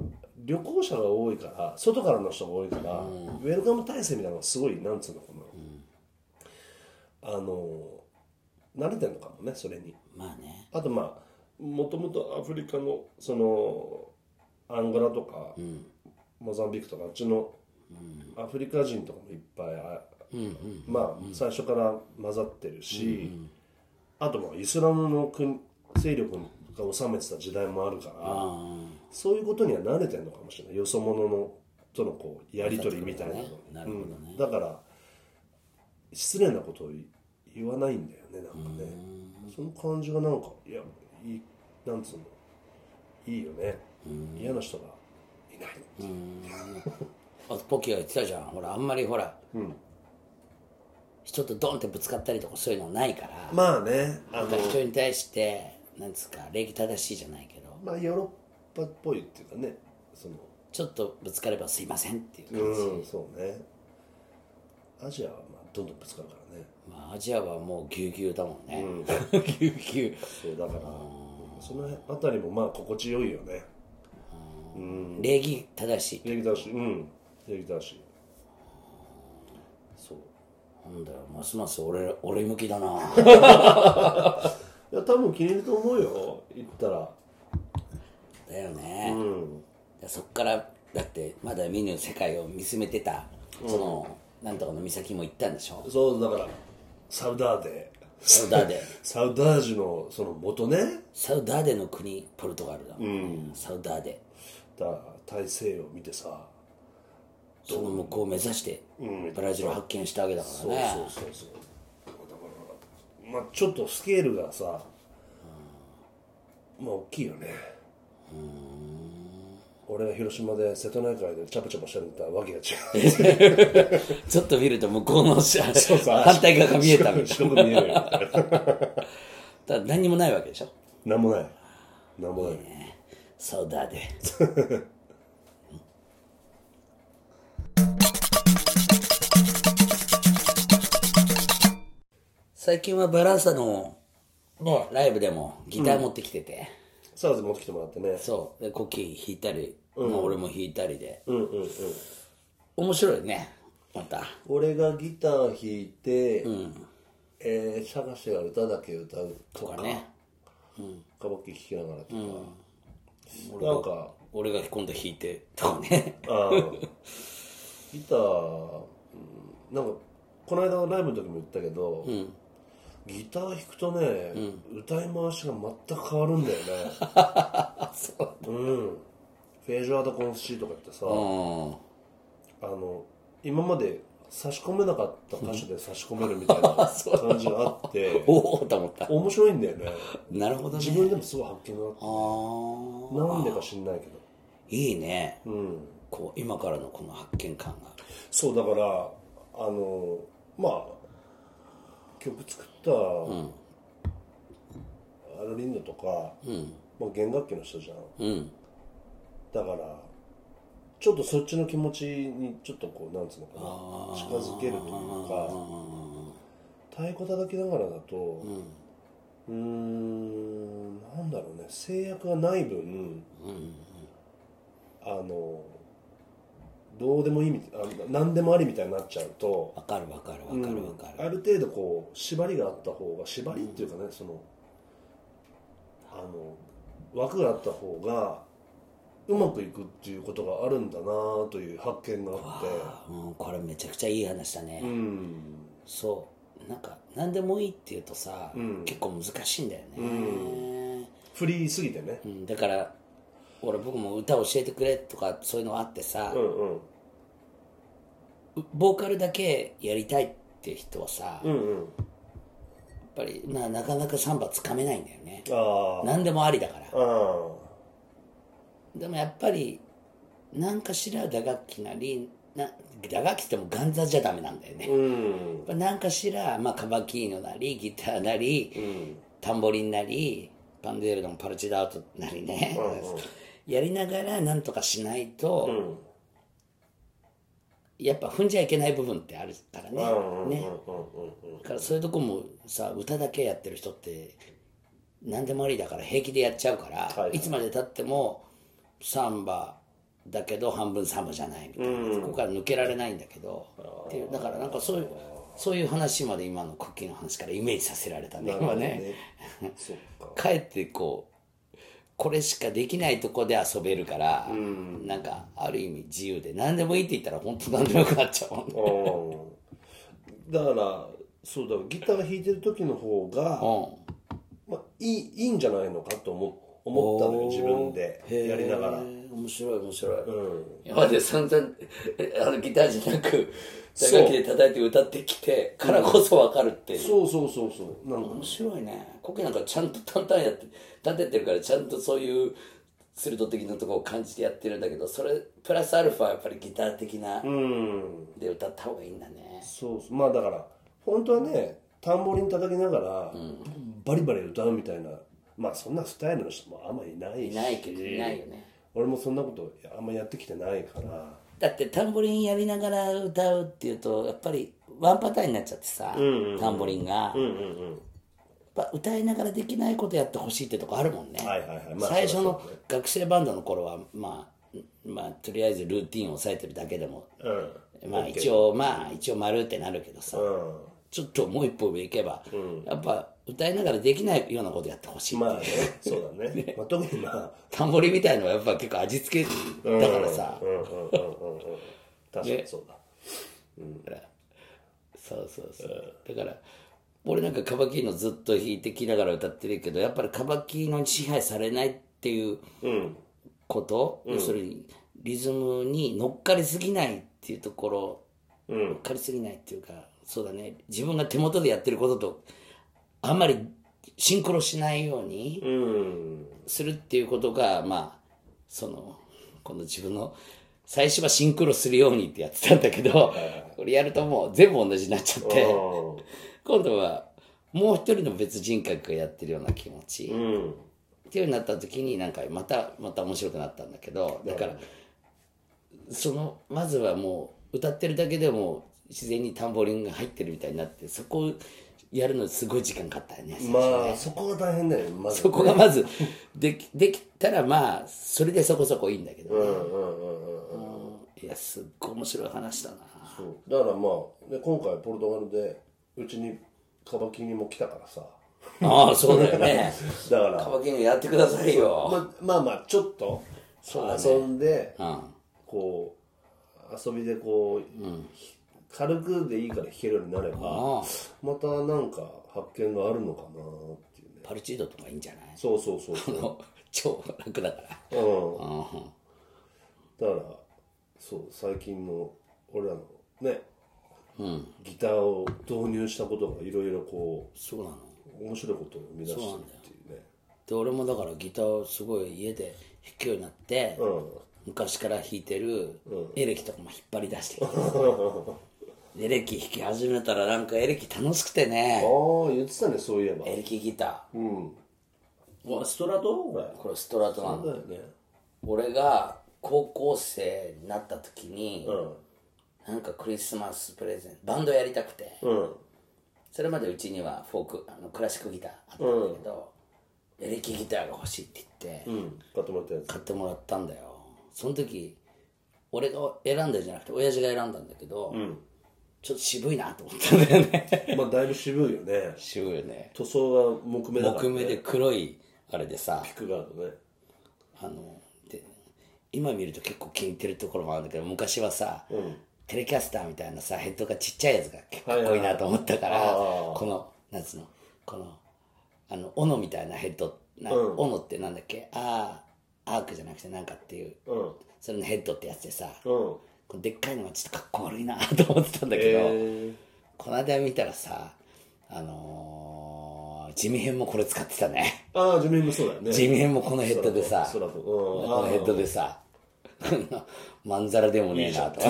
Speaker 2: 旅行者が多いから外からの人が多いから、ウェルカム体制みたいなのがすごいなんつうのかな、あの慣れてんのかもねそれに
Speaker 3: まあね
Speaker 2: あとまあもともとアフリカのそのアンゴラとか、モザンビクとかあっちのアフリカ人とかもいっぱいあ、まあ最初から混ざってるし、あとまあイスラムの国勢力が治めてた時代もあるから、そういうことには慣れてるのかもしれないよそ者のとのこうやり取りみたいなのに
Speaker 3: なるほどね
Speaker 2: うんだから失礼なことを言わないんだよねなんかねその感じがなんかいやいいなんつうのいいよね嫌な人がいない
Speaker 3: あとポキが言ってたじゃんほらあんまりほら、人とドンってぶつかったりとかそういうのないから、
Speaker 2: まあねあ
Speaker 3: なんか
Speaker 2: の
Speaker 3: 人に対してなんつうか礼儀正しいじゃないけど
Speaker 2: まあヨーロッパっぽいっていうかねその
Speaker 3: ちょっとぶつかればすいませんっていう感じ、
Speaker 2: うんそうねアジアはまあどんどんぶつかるからね
Speaker 3: まあ、アジアはもうぎゅうぎゅうだもんね [laughs] ぎゅうぎゅう
Speaker 2: そうだからその辺あたりもまあ心地よいよね
Speaker 3: 礼儀正しい
Speaker 2: 礼儀正しいうん礼儀正しい
Speaker 3: そうなんだよますます俺俺向きだな
Speaker 2: [laughs] いや多分気に入ると思うよ行ったら
Speaker 3: だよね、
Speaker 2: うん
Speaker 3: でそっからだってまだ見ぬ世界を見つめてた、そのなんとかの岬も行ったんでしょ
Speaker 2: そうだからサウダーデ [laughs]
Speaker 3: サウダーデ
Speaker 2: サウダージュのその元ね
Speaker 3: サウダーデの国ポルトガルだもん、サウダーデ
Speaker 2: だから大西洋見てさ
Speaker 3: その向こうを目指してブラジルを発見したわけだから
Speaker 2: そう
Speaker 3: ね、
Speaker 2: そうそうそうだからまあちょっとスケールがさまあ大きいよね俺が広島で瀬戸内海でチャプチャプしてるのとはわけが違う
Speaker 3: ちょっと見ると向こうの反
Speaker 2: そう
Speaker 3: 対側が見えたみたいな
Speaker 2: 白く見えるよ
Speaker 3: ただ何にもないわけでしょ
Speaker 2: なんもないなんもない
Speaker 3: サウダーデ最近はバランサの、ね、ライブでもギター持ってきてて、
Speaker 2: サーズ持ってきてもらってね
Speaker 3: そうでコッキー弾いたり、まあ俺も弾いたりで
Speaker 2: うんうんうん
Speaker 3: 面白いねまた
Speaker 2: 俺がギター弾いて、えーシャガシが歌だけ歌うと
Speaker 3: と
Speaker 2: か
Speaker 3: かね
Speaker 2: カバキ聴きながらとか、なんか
Speaker 3: 俺が今度弾いてとかね [laughs]
Speaker 2: あーギターうんなんかこの間のライブの時も言ったけど、ギター弾くとね、歌い回しが全く変わるんだよね
Speaker 3: [laughs]
Speaker 2: うんフェージュアダコンシーとかってさ、
Speaker 3: うん
Speaker 2: あの今まで差し込めなかった箇所で差し込めるみたいな
Speaker 3: [laughs]
Speaker 2: 感じがあって
Speaker 3: おおと思った
Speaker 2: 面白いんだよね
Speaker 3: なるほどね
Speaker 2: 自分でもすごい発見が
Speaker 3: あ
Speaker 2: あ
Speaker 3: ー
Speaker 2: ってなんでか知んないけど
Speaker 3: いいね、
Speaker 2: うん
Speaker 3: こう今からのこの発見感が
Speaker 2: そうだからあのまあ曲作った、アルリンドとか、まあ、弦楽器の人じゃん
Speaker 3: うん
Speaker 2: だからちょっとそっちの気持ちにちょっとこうなんつうのかな近づけるというか太鼓叩きながらだとうんんなんだろうね制約がない分、あのどうでもいいみたいあ何でもありみたいになっちゃうと
Speaker 3: わかるわかるわかるわか
Speaker 2: あ
Speaker 3: る、
Speaker 2: る程度こう縛りがあった方が縛りっていうかね、そのあの枠があった方がうまくいくっていうことがあるんだなという発見があっ
Speaker 3: うんこれめちゃくちゃいい話だね、
Speaker 2: てうん
Speaker 3: そうなんか何でもいいっていうとさ、
Speaker 2: うん
Speaker 3: 結構難しいんだよね、
Speaker 2: フリーすぎてね
Speaker 3: うんだから俺僕も歌教えてくれとかそういうのあってさ
Speaker 2: う、んうん
Speaker 3: ボーカルだけやりたいっていう人はさ、
Speaker 2: う
Speaker 3: やっ
Speaker 2: んうん
Speaker 3: ぱりななかなかサンバつかめないんだよね
Speaker 2: あ
Speaker 3: 何でもありだから
Speaker 2: ああ
Speaker 3: でもやっぱり何かしら打楽器なりな打楽器ってもガンザじゃダメなんだよね、
Speaker 2: あうん
Speaker 3: なんかしら、まあ、カバキーノなりギターなり、
Speaker 2: ん
Speaker 3: タンボリンなりパンデールのパルチダートなりね、やりながらなんとかしないと、
Speaker 2: ん
Speaker 3: やっぱ踏んじゃいけない部分ってあるからね,、
Speaker 2: うんうんうん
Speaker 3: ねだからそういうとこもさ歌だけやってる人って何でもありだから平気でやっちゃうから、、
Speaker 2: いはいい
Speaker 3: つまでたってもサンバだけど半分サンバじゃないみたいな、そこから抜けられないんだけどっていうだからなんかそういうそういう話まで今のクッキーの話からイメージさせられたね今ね
Speaker 2: [laughs] そっか
Speaker 3: かえってこうこれしかできないとこで遊べるから、なんかある意味自由で何でもいいって言ったら本当何でもよくなっちゃうもんね
Speaker 2: うんだからそうだギター弾いてる時の方が、 [laughs]
Speaker 3: う
Speaker 2: まあ、いいいいんじゃないのかと思思ったのよ自分で
Speaker 3: ん
Speaker 2: やりながら、
Speaker 3: へ
Speaker 2: うん、
Speaker 3: ー面白い面白い、今まで散々えあのギターじゃなく打楽器で叩いて歌ってきてからこそ分かるっていう、
Speaker 2: そうそうそうそうなんか
Speaker 3: 面白いねコケなんかちゃんと淡々やって立ててるからちゃんとそういう鋭的なとこを感じてやってるんだけどそれプラスアルファやっぱりギター的な
Speaker 2: うん
Speaker 3: で歌った方がいいんだね、
Speaker 2: そうそうまあだから本当はねタンボリン叩きながら、バリバリ歌うみたいなまあそんなスタイルの人もあんまいないし
Speaker 3: いないけどいないよね
Speaker 2: 俺もそんなことあんまやってきてないから
Speaker 3: だってタンボリンやりながら歌うっていうとやっぱりワンパターンになっちゃってさ、タンボリンが、
Speaker 2: うんうん
Speaker 3: やっぱ歌いながらできないことやってほしいってとこあるもんね、
Speaker 2: はいはいはいまあ
Speaker 3: 最初
Speaker 2: そうだ
Speaker 3: の学生バンドの頃はまあまあとりあえずルーティンを抑えてるだけでも、まあ一応まあ一応丸ってなるけどさ、
Speaker 2: うん
Speaker 3: ちょっともう一歩上行けば、やっぱ歌いながらできないようなことやってほしい、
Speaker 2: まあねそうだね、まあ、特にまあ
Speaker 3: タンボリンみたいのはやっぱ結構味付けだからさ、
Speaker 2: うんうんうんうんうん確かにそうだ、
Speaker 3: そうそうそう、だから俺なんかカバキーノずっと弾いてきながら歌ってるけどやっぱりカバキーノに支配されないっていうこと、要するにリズムに乗っかりすぎないっていうところ、乗っかりすぎないっていうかそうだね自分が手元でやってることとあんまりシンクロしないように
Speaker 2: うん
Speaker 3: するっていうことが、まあそのこの自分の最初はシンクロするようにってやってたんだけど、これやるともう全部同じになっちゃって。今度はもう一人の別人格がやってるような気持ち、
Speaker 2: う
Speaker 3: っ
Speaker 2: ん
Speaker 3: ていうようになった時になんかまたまた面白くなったんだけどだからそのまずはもう歌ってるだけでも自然にタンボリンが入ってるみたいになってそこをやるのすごい時間かかったよね
Speaker 2: まあそこが大変だよねまず
Speaker 3: そこがまずできできたらまあそれでそこそこいいんだけど、
Speaker 2: う
Speaker 3: ね
Speaker 2: んうんうんうん
Speaker 3: いやすっごい面白い話だな
Speaker 2: そうだからまあで今回ポルトガルでうちにカバキリも来たからさ
Speaker 3: ああそうだよね
Speaker 2: だか
Speaker 3: [laughs] カ
Speaker 2: ら
Speaker 3: バキングやってくださいよ、
Speaker 2: ままあまあちょっと遊んで
Speaker 3: うん
Speaker 2: こう遊びでこう、軽くでいいから弾けるようになれば
Speaker 3: ああ
Speaker 2: またなんか発見があるのかなっていうね
Speaker 3: パルチードとかいいんじゃない [laughs]
Speaker 2: そうそうそうそう
Speaker 3: もう超楽だから
Speaker 2: う
Speaker 3: うん
Speaker 2: ん、だからそう最近の俺らのね、ギターを導入したことがいろいろこ
Speaker 3: そうなの
Speaker 2: う面白いことを生み出してるっていうね
Speaker 3: で俺もだからギターをすごい家で弾くようになって、
Speaker 2: [laughs] う
Speaker 3: 昔から弾いてるエレキとかも引っ張り出してきて、エレキ弾き始めたらなんかエレキ楽しくてね
Speaker 2: んああ言ってたねそういえば
Speaker 3: エレキギター
Speaker 2: うん
Speaker 3: うわストラトこれこれストラトな
Speaker 2: だ
Speaker 3: の
Speaker 2: よね
Speaker 3: 俺が高校生になった時に、
Speaker 2: うん
Speaker 3: なんかクリスマスプレゼントバンドやりたくて、
Speaker 2: うん
Speaker 3: それまでうちにはフォークあのクラシックギターあったんだけど、エレキギターが欲しいって言って
Speaker 2: うん買ってもらったやつ
Speaker 3: 買ってもらったんだよその時俺が選んだんじゃなくて親父が選んだんだけど、ちょっと渋いなと思ったんだよね
Speaker 2: まあだいぶ渋いよね
Speaker 3: 渋いよね
Speaker 2: 塗装が木目だから、
Speaker 3: 木
Speaker 2: ね、
Speaker 3: 目で黒いあれでさ
Speaker 2: ピックガードね
Speaker 3: あので今見ると結構気に入ってるところもあるんだけど昔はさ、テレキャスターみたいなさヘッドがちっちゃいやつが結構かっこいいなと思ったから、
Speaker 2: はいはいはいあー
Speaker 3: このなんつうのこのあの斧みたいなヘッドな、
Speaker 2: うん
Speaker 3: 斧ってなんだっけああアークじゃなくてなんかっていう
Speaker 2: うん
Speaker 3: それのヘッドってやつでさ、
Speaker 2: うん
Speaker 3: このでっかいのがちょっとかっこ悪いなと思ってたんだけど、
Speaker 2: え
Speaker 3: この間見たらさあのー、地味編もこれ使ってたね
Speaker 2: ー、ああ自分もそうだよね
Speaker 3: 地味編もこのヘッドでさ
Speaker 2: そうだと
Speaker 3: こ
Speaker 2: うん
Speaker 3: のヘッドでさ、 [laughs] まんざらでもねえなと。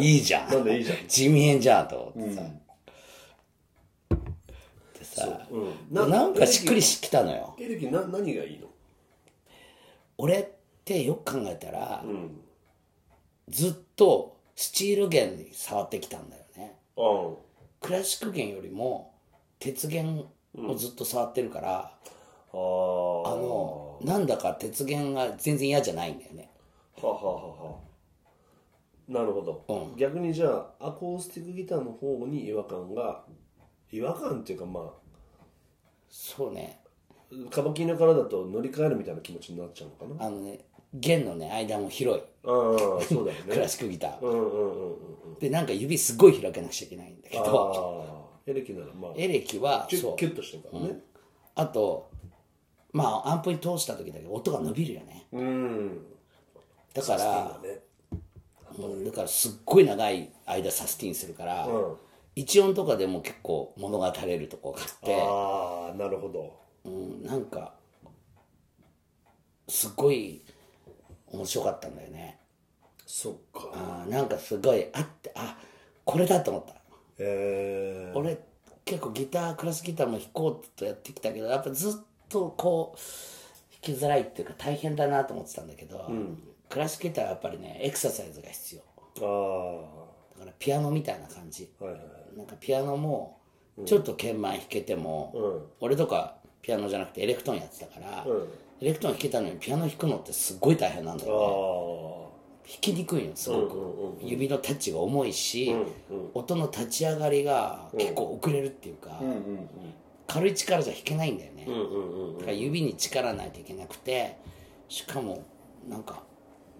Speaker 3: いいじゃん。
Speaker 2: なんでいいじゃん
Speaker 3: 地味変じゃんと思ってさ。でさ、
Speaker 2: うん
Speaker 3: な
Speaker 2: なん
Speaker 3: かしっくりしてきたのよ。
Speaker 2: エレキな何がいいの
Speaker 3: 俺ってよく考えたら、ずっとスチール弦に触ってきたんだよね。
Speaker 2: あ
Speaker 3: クラシック弦よりも鉄弦をずっと触ってるから、
Speaker 2: ああ
Speaker 3: あ
Speaker 2: あ
Speaker 3: の、なんだか鉄弦が全然嫌じゃないんだよね。
Speaker 2: はあはあはあはあなるほど、逆にじゃあアコースティックギターの方に違和感が違和感っていうかま
Speaker 3: そうね。
Speaker 2: あカバキリのからだと乗り換えるみたいな気持ちになっちゃうのかな
Speaker 3: あのね、弦のね、間も広い。
Speaker 2: ああそうだよ [laughs]
Speaker 3: クラ
Speaker 2: ね
Speaker 3: シックギター。
Speaker 2: うんうんうんうん
Speaker 3: で、なんか指すごい開けなくちゃいけないんだけ
Speaker 2: あ
Speaker 3: ど、
Speaker 2: あエレキならまあ
Speaker 3: エレキは、
Speaker 2: キュ
Speaker 3: そ
Speaker 2: ッキ
Speaker 3: う。
Speaker 2: ュッとしてるからね
Speaker 3: あと、まあ、アンプに通した時だけど音が伸びるよね。
Speaker 2: うん
Speaker 3: だから
Speaker 2: だ、ね
Speaker 3: うんだからすっごい長い間サスティンするから、
Speaker 2: うん
Speaker 3: 一音とかでも結構物が垂れるとこがあって、
Speaker 2: ああなるほど
Speaker 3: うん、なんか、すっごい面白かったんだよね。
Speaker 2: そっか
Speaker 3: あーなんかすごい、あって、あ、これだと思った。
Speaker 2: ええ
Speaker 3: 俺結構ギタークラスギターも弾こうとやってきたけどやっぱずっとこう弾きづらいっていうか大変だなと思ってたんだけど、クラスギターはやっぱりねエクササイズが必要
Speaker 2: ああ
Speaker 3: だからピアノみたいな感じ
Speaker 2: はいはい
Speaker 3: なんかピアノもちょっと鍵盤弾けても、
Speaker 2: うん
Speaker 3: 俺とかピアノじゃなくてエレクトーンやってたから、
Speaker 2: うん
Speaker 3: エレクトーン弾けたのにピアノ弾くのってすっごい大変なんだ
Speaker 2: あ
Speaker 3: よね
Speaker 2: あ
Speaker 3: 弾きにくいのすごく、
Speaker 2: うんうん
Speaker 3: 指のタッチが重いし、
Speaker 2: うんうん
Speaker 3: 音の立ち上がりが結構遅れるっていうか、
Speaker 2: うんうん
Speaker 3: 軽い力じゃ弾けないんだよね、
Speaker 2: うんうんうんうん
Speaker 3: だから指に力ないといけなくてしかもなんか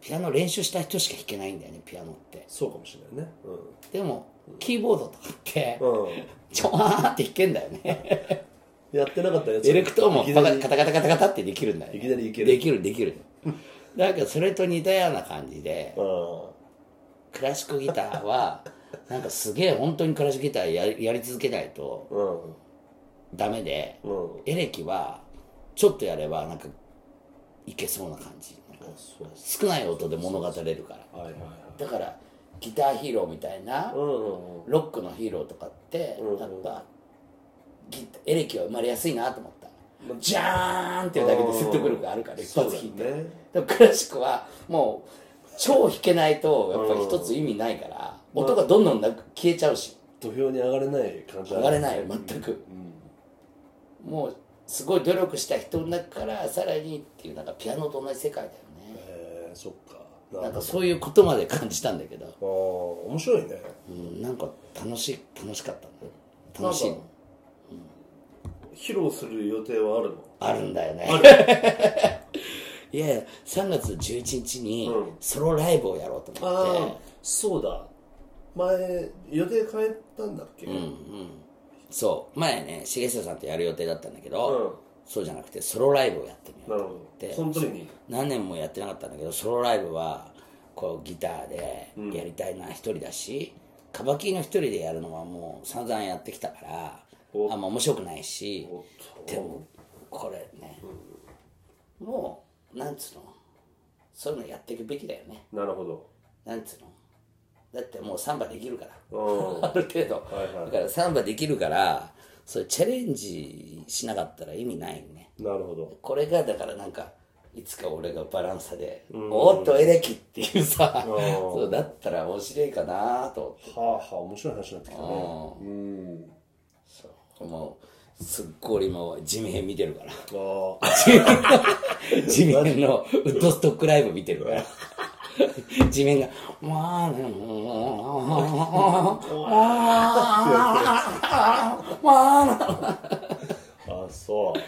Speaker 3: ピアノ練習した人しか弾けないんだよねピアノって
Speaker 2: そうかもしれないねうん
Speaker 3: でもキーボードとかって
Speaker 2: うん
Speaker 3: ちょわーって弾けんだよ
Speaker 2: [laughs]
Speaker 3: ね
Speaker 2: やってなかったやつ
Speaker 3: エレクトーンも
Speaker 2: いき
Speaker 3: パ
Speaker 2: な
Speaker 3: カ
Speaker 2: り
Speaker 3: カタカタカタカタってできるんだよ、ね、
Speaker 2: いきなりいける
Speaker 3: できるできるなんかそれと似たような感じで
Speaker 2: あ
Speaker 3: クラシックギターはなんかすげえ本当にクラシックギターややり続けないと
Speaker 2: あうん
Speaker 3: ダメで
Speaker 2: うん
Speaker 3: エレキはちょっとやればなんかいけそうな感じ
Speaker 2: そう
Speaker 3: 少ない音で物語れるから
Speaker 2: はいはいはい
Speaker 3: だからギターヒーローみたいな
Speaker 2: うんうんうん
Speaker 3: ロックのヒーローとかって
Speaker 2: うんうん
Speaker 3: やっぱギターエレキは生まれやすいなと思ったジャーンっていうだけで説得力があるから一
Speaker 2: そう
Speaker 3: 発
Speaker 2: だ
Speaker 3: 弾いて、
Speaker 2: ね
Speaker 3: でもクラシックはもう超弾けないとやっぱり一つ意味ないから音がどんどんなく消えちゃうし
Speaker 2: 土俵に上がれない感じ
Speaker 3: 上
Speaker 2: ある
Speaker 3: がれないよ全く、もうすごい努力した人の中からさらにっていうなんかピアノと同じ世界だよね
Speaker 2: えーそっか
Speaker 3: な
Speaker 2: なんる
Speaker 3: かそういうことまで感じたんだけど、
Speaker 2: ほどああ面白いね
Speaker 3: うん、なんか楽しい楽しかったね楽しい
Speaker 2: なんか披露する予定はあるの
Speaker 3: あるんだよね [laughs] いやいや3月11日に
Speaker 2: うん
Speaker 3: ソロライブをやろうと思っ
Speaker 2: ああ
Speaker 3: て、
Speaker 2: そうだ前予定変えたんだっけうん
Speaker 3: そう前ね重久さんとやる予定だったんだけ
Speaker 2: うん
Speaker 3: ど、そうじゃなくてソロライブをやってみよう
Speaker 2: なるほど
Speaker 3: で
Speaker 2: その時に
Speaker 3: 何年もやってなかったんだけどソロライブはこうギターでやりたいな、一人だしカバキの一人でやるのはもう散々やってきたから
Speaker 2: お
Speaker 3: あんま面白くないし
Speaker 2: おっと
Speaker 3: でもこれね、もうなんつうのそういうのやっていくべきだよね
Speaker 2: なるほど
Speaker 3: なんつうのだってもうサンバできるから
Speaker 2: うん
Speaker 3: ある程度、
Speaker 2: はいはい
Speaker 3: だからサンバできるからそれチャレンジしなかったら意味ないね [laughs]
Speaker 2: なるほど
Speaker 3: これがだからなんかいつか俺がバランサで「おーっとエレキ」っていうさ
Speaker 2: ん
Speaker 3: そうだったら面白いかなと
Speaker 2: はあはあ面白い話になってきたね
Speaker 3: 思って、そうもうすっごい俺今、地味編見てるから。
Speaker 2: あ
Speaker 3: 地面のウッドストックライブ見てるから。地面が、わーわーわー
Speaker 2: ああ
Speaker 3: [laughs]
Speaker 2: そう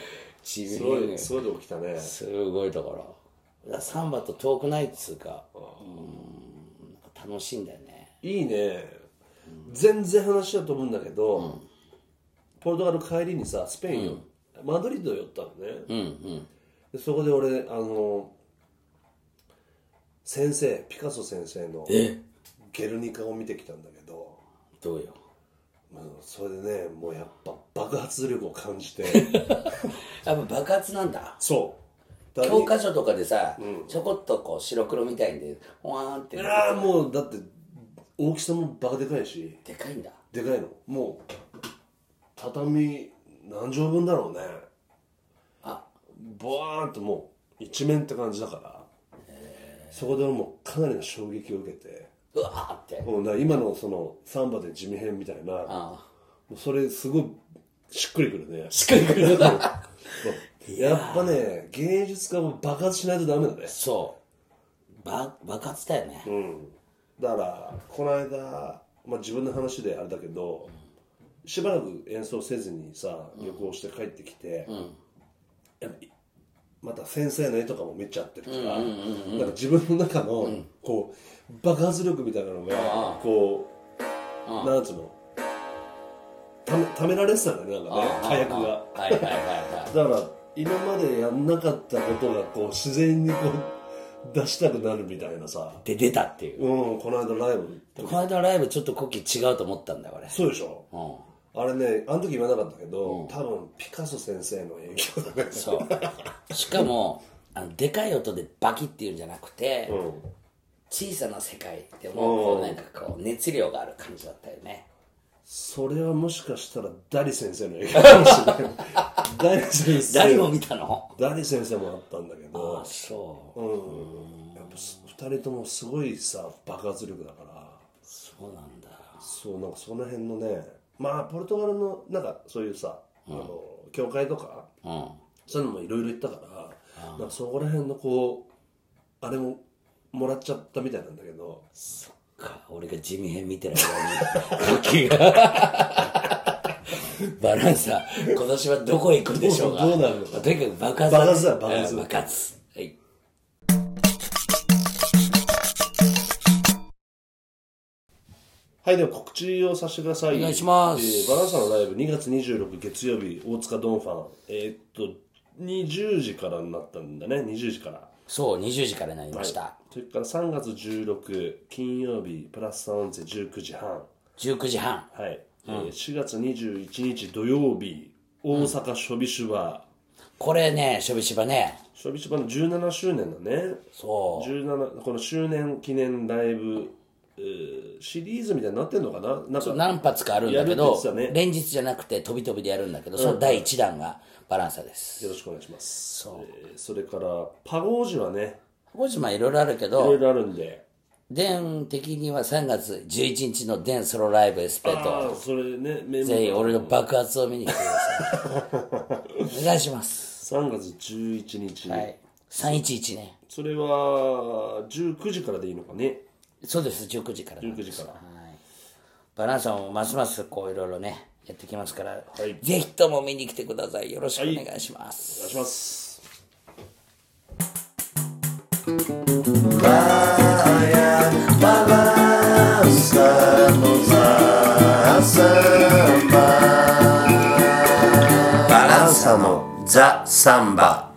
Speaker 3: 地
Speaker 2: すご
Speaker 3: 面
Speaker 2: い
Speaker 3: が
Speaker 2: すごいとこ来たね
Speaker 3: すごいだから。だからサンバと遠くないっつうか、うん、なんか楽しいんだよね。
Speaker 2: いいね全然話だと思うんだけど、ポルトガル帰りにさスペインよ、マドリード寄ったのね、でそこで俺あの先生ピカソ先生の「ゲルニカ」を見てきたんだけど
Speaker 3: どうよ。
Speaker 2: まあそれでねもうやっぱ爆発力を感じて [laughs]
Speaker 3: やっぱ爆発なんだ。
Speaker 2: そうだ
Speaker 3: 教科書とかでさ、ちょこっとこう白黒みたいんで、わーんって、
Speaker 2: ああもうだって大きさもバカでかいし
Speaker 3: でかいんだ。
Speaker 2: でかいのもう畳何畳分だろうね
Speaker 3: あ、
Speaker 2: ボワーンともう一面って感じだからそこでもうかなりの衝撃を受けて
Speaker 3: うわーって。
Speaker 2: もうな今のそのサンバで地味編みたいな
Speaker 3: あ
Speaker 2: もうそれすごいしっくりくるね
Speaker 3: しっかりくる。 [laughs]
Speaker 2: そうやっぱね芸術家も爆発しないとダメだね
Speaker 3: そう。ば、爆発だよね。
Speaker 2: うんだからこの間、まあ、自分の話であれだけどしばらく演奏せずにさ旅行して帰ってきて、やっぱまた先生の絵とかも見ちゃってるから、なんか自分の中のこう爆発力みたいなのがこう、なんつうのためためられてたんだよねなんかね火薬が。
Speaker 3: はいはいはいは
Speaker 2: だから今までやんなかったことがこう自然にこう出したくなるみたいなさ
Speaker 3: い。で、出たっていう。
Speaker 2: うんこの間ライブ
Speaker 3: この間のライブちょっとコキ違うと思ったんだよ、これ。
Speaker 2: そうでしょ
Speaker 3: う
Speaker 2: あれねあの時言わなかったけど、多分ピカソ先生の影響だね
Speaker 3: ん。そう。しかも、あの、でかい音でバキっていうんじゃなくて、
Speaker 2: うん
Speaker 3: 小さな世界でも、
Speaker 2: うん
Speaker 3: こうなんかこう、熱量がある感じだったよね。
Speaker 2: それはもしかしたらダリ先生の影響かもしれないダリ先生
Speaker 3: 誰も見たの
Speaker 2: ダリ先生もあったんだけ
Speaker 3: あ、
Speaker 2: ど
Speaker 3: そう。
Speaker 2: うんやっぱす二人ともすごいさ爆発力だから
Speaker 3: そうなんだ。
Speaker 2: そうなんかその辺のねまあポルトガルのなんかそういうさ、あの教会とか
Speaker 3: うん。
Speaker 2: そういうのもいろいろ行ったから、なんかそこら辺のこうあれももらっちゃったみたいなんだけど
Speaker 3: そっか、俺が地味編見てる間に、コキが。 [laughs] バランサー、今年はどこへ行くんでしょうか。
Speaker 2: どうどうなるの
Speaker 3: とにかく爆発
Speaker 2: 爆発だよ爆発
Speaker 3: うん爆発。はい。
Speaker 2: はいでは告知をさせてください
Speaker 3: お願いします
Speaker 2: えーバランサのライブ2月26月曜日大塚ドンファンえーっと20時からになったんだね20時から
Speaker 3: そう、20時からになりました。
Speaker 2: それから3月16金曜日プラスサウンズ19時半
Speaker 3: 19時半。
Speaker 2: はい、えー4月21日土曜日大阪ショビシュバ
Speaker 3: これね、しょびしばね、
Speaker 2: ーショビシュバーの17周年だね
Speaker 3: そう、
Speaker 2: 17この周年記念ライブ、えーシリーズみたいになってんのかななんか
Speaker 3: 何発かあるんだけ
Speaker 2: やる
Speaker 3: ど
Speaker 2: って言、ってたね
Speaker 3: 連日じゃなくて飛び飛びでやるんだけど、その第1弾がバランサです。
Speaker 2: よろしくお願いします
Speaker 3: そう
Speaker 2: えーそれからパゴージはね
Speaker 3: 5時まあいろいろあるけ
Speaker 2: いろい
Speaker 3: ど、
Speaker 2: ろあるんで
Speaker 3: デン的には3月11日のデンソロライブエスペと。
Speaker 2: ああそれねメンバ
Speaker 3: ぜひ
Speaker 2: ー
Speaker 3: 俺の爆発を見に来てください。お願いし
Speaker 2: [laughs]
Speaker 3: ます。
Speaker 2: 3月11日、
Speaker 3: はい。311ね。
Speaker 2: それは19時からでいいのかね
Speaker 3: そうです、19時からなん
Speaker 2: 19
Speaker 3: で
Speaker 2: 時
Speaker 3: す。
Speaker 2: から
Speaker 3: はい。バランさんもますますこういろいろね、やってきますから、
Speaker 2: い
Speaker 3: ぜひとも見に来てください。よろしくお願いします。
Speaker 2: お願いします
Speaker 1: バランサのザ・サンバ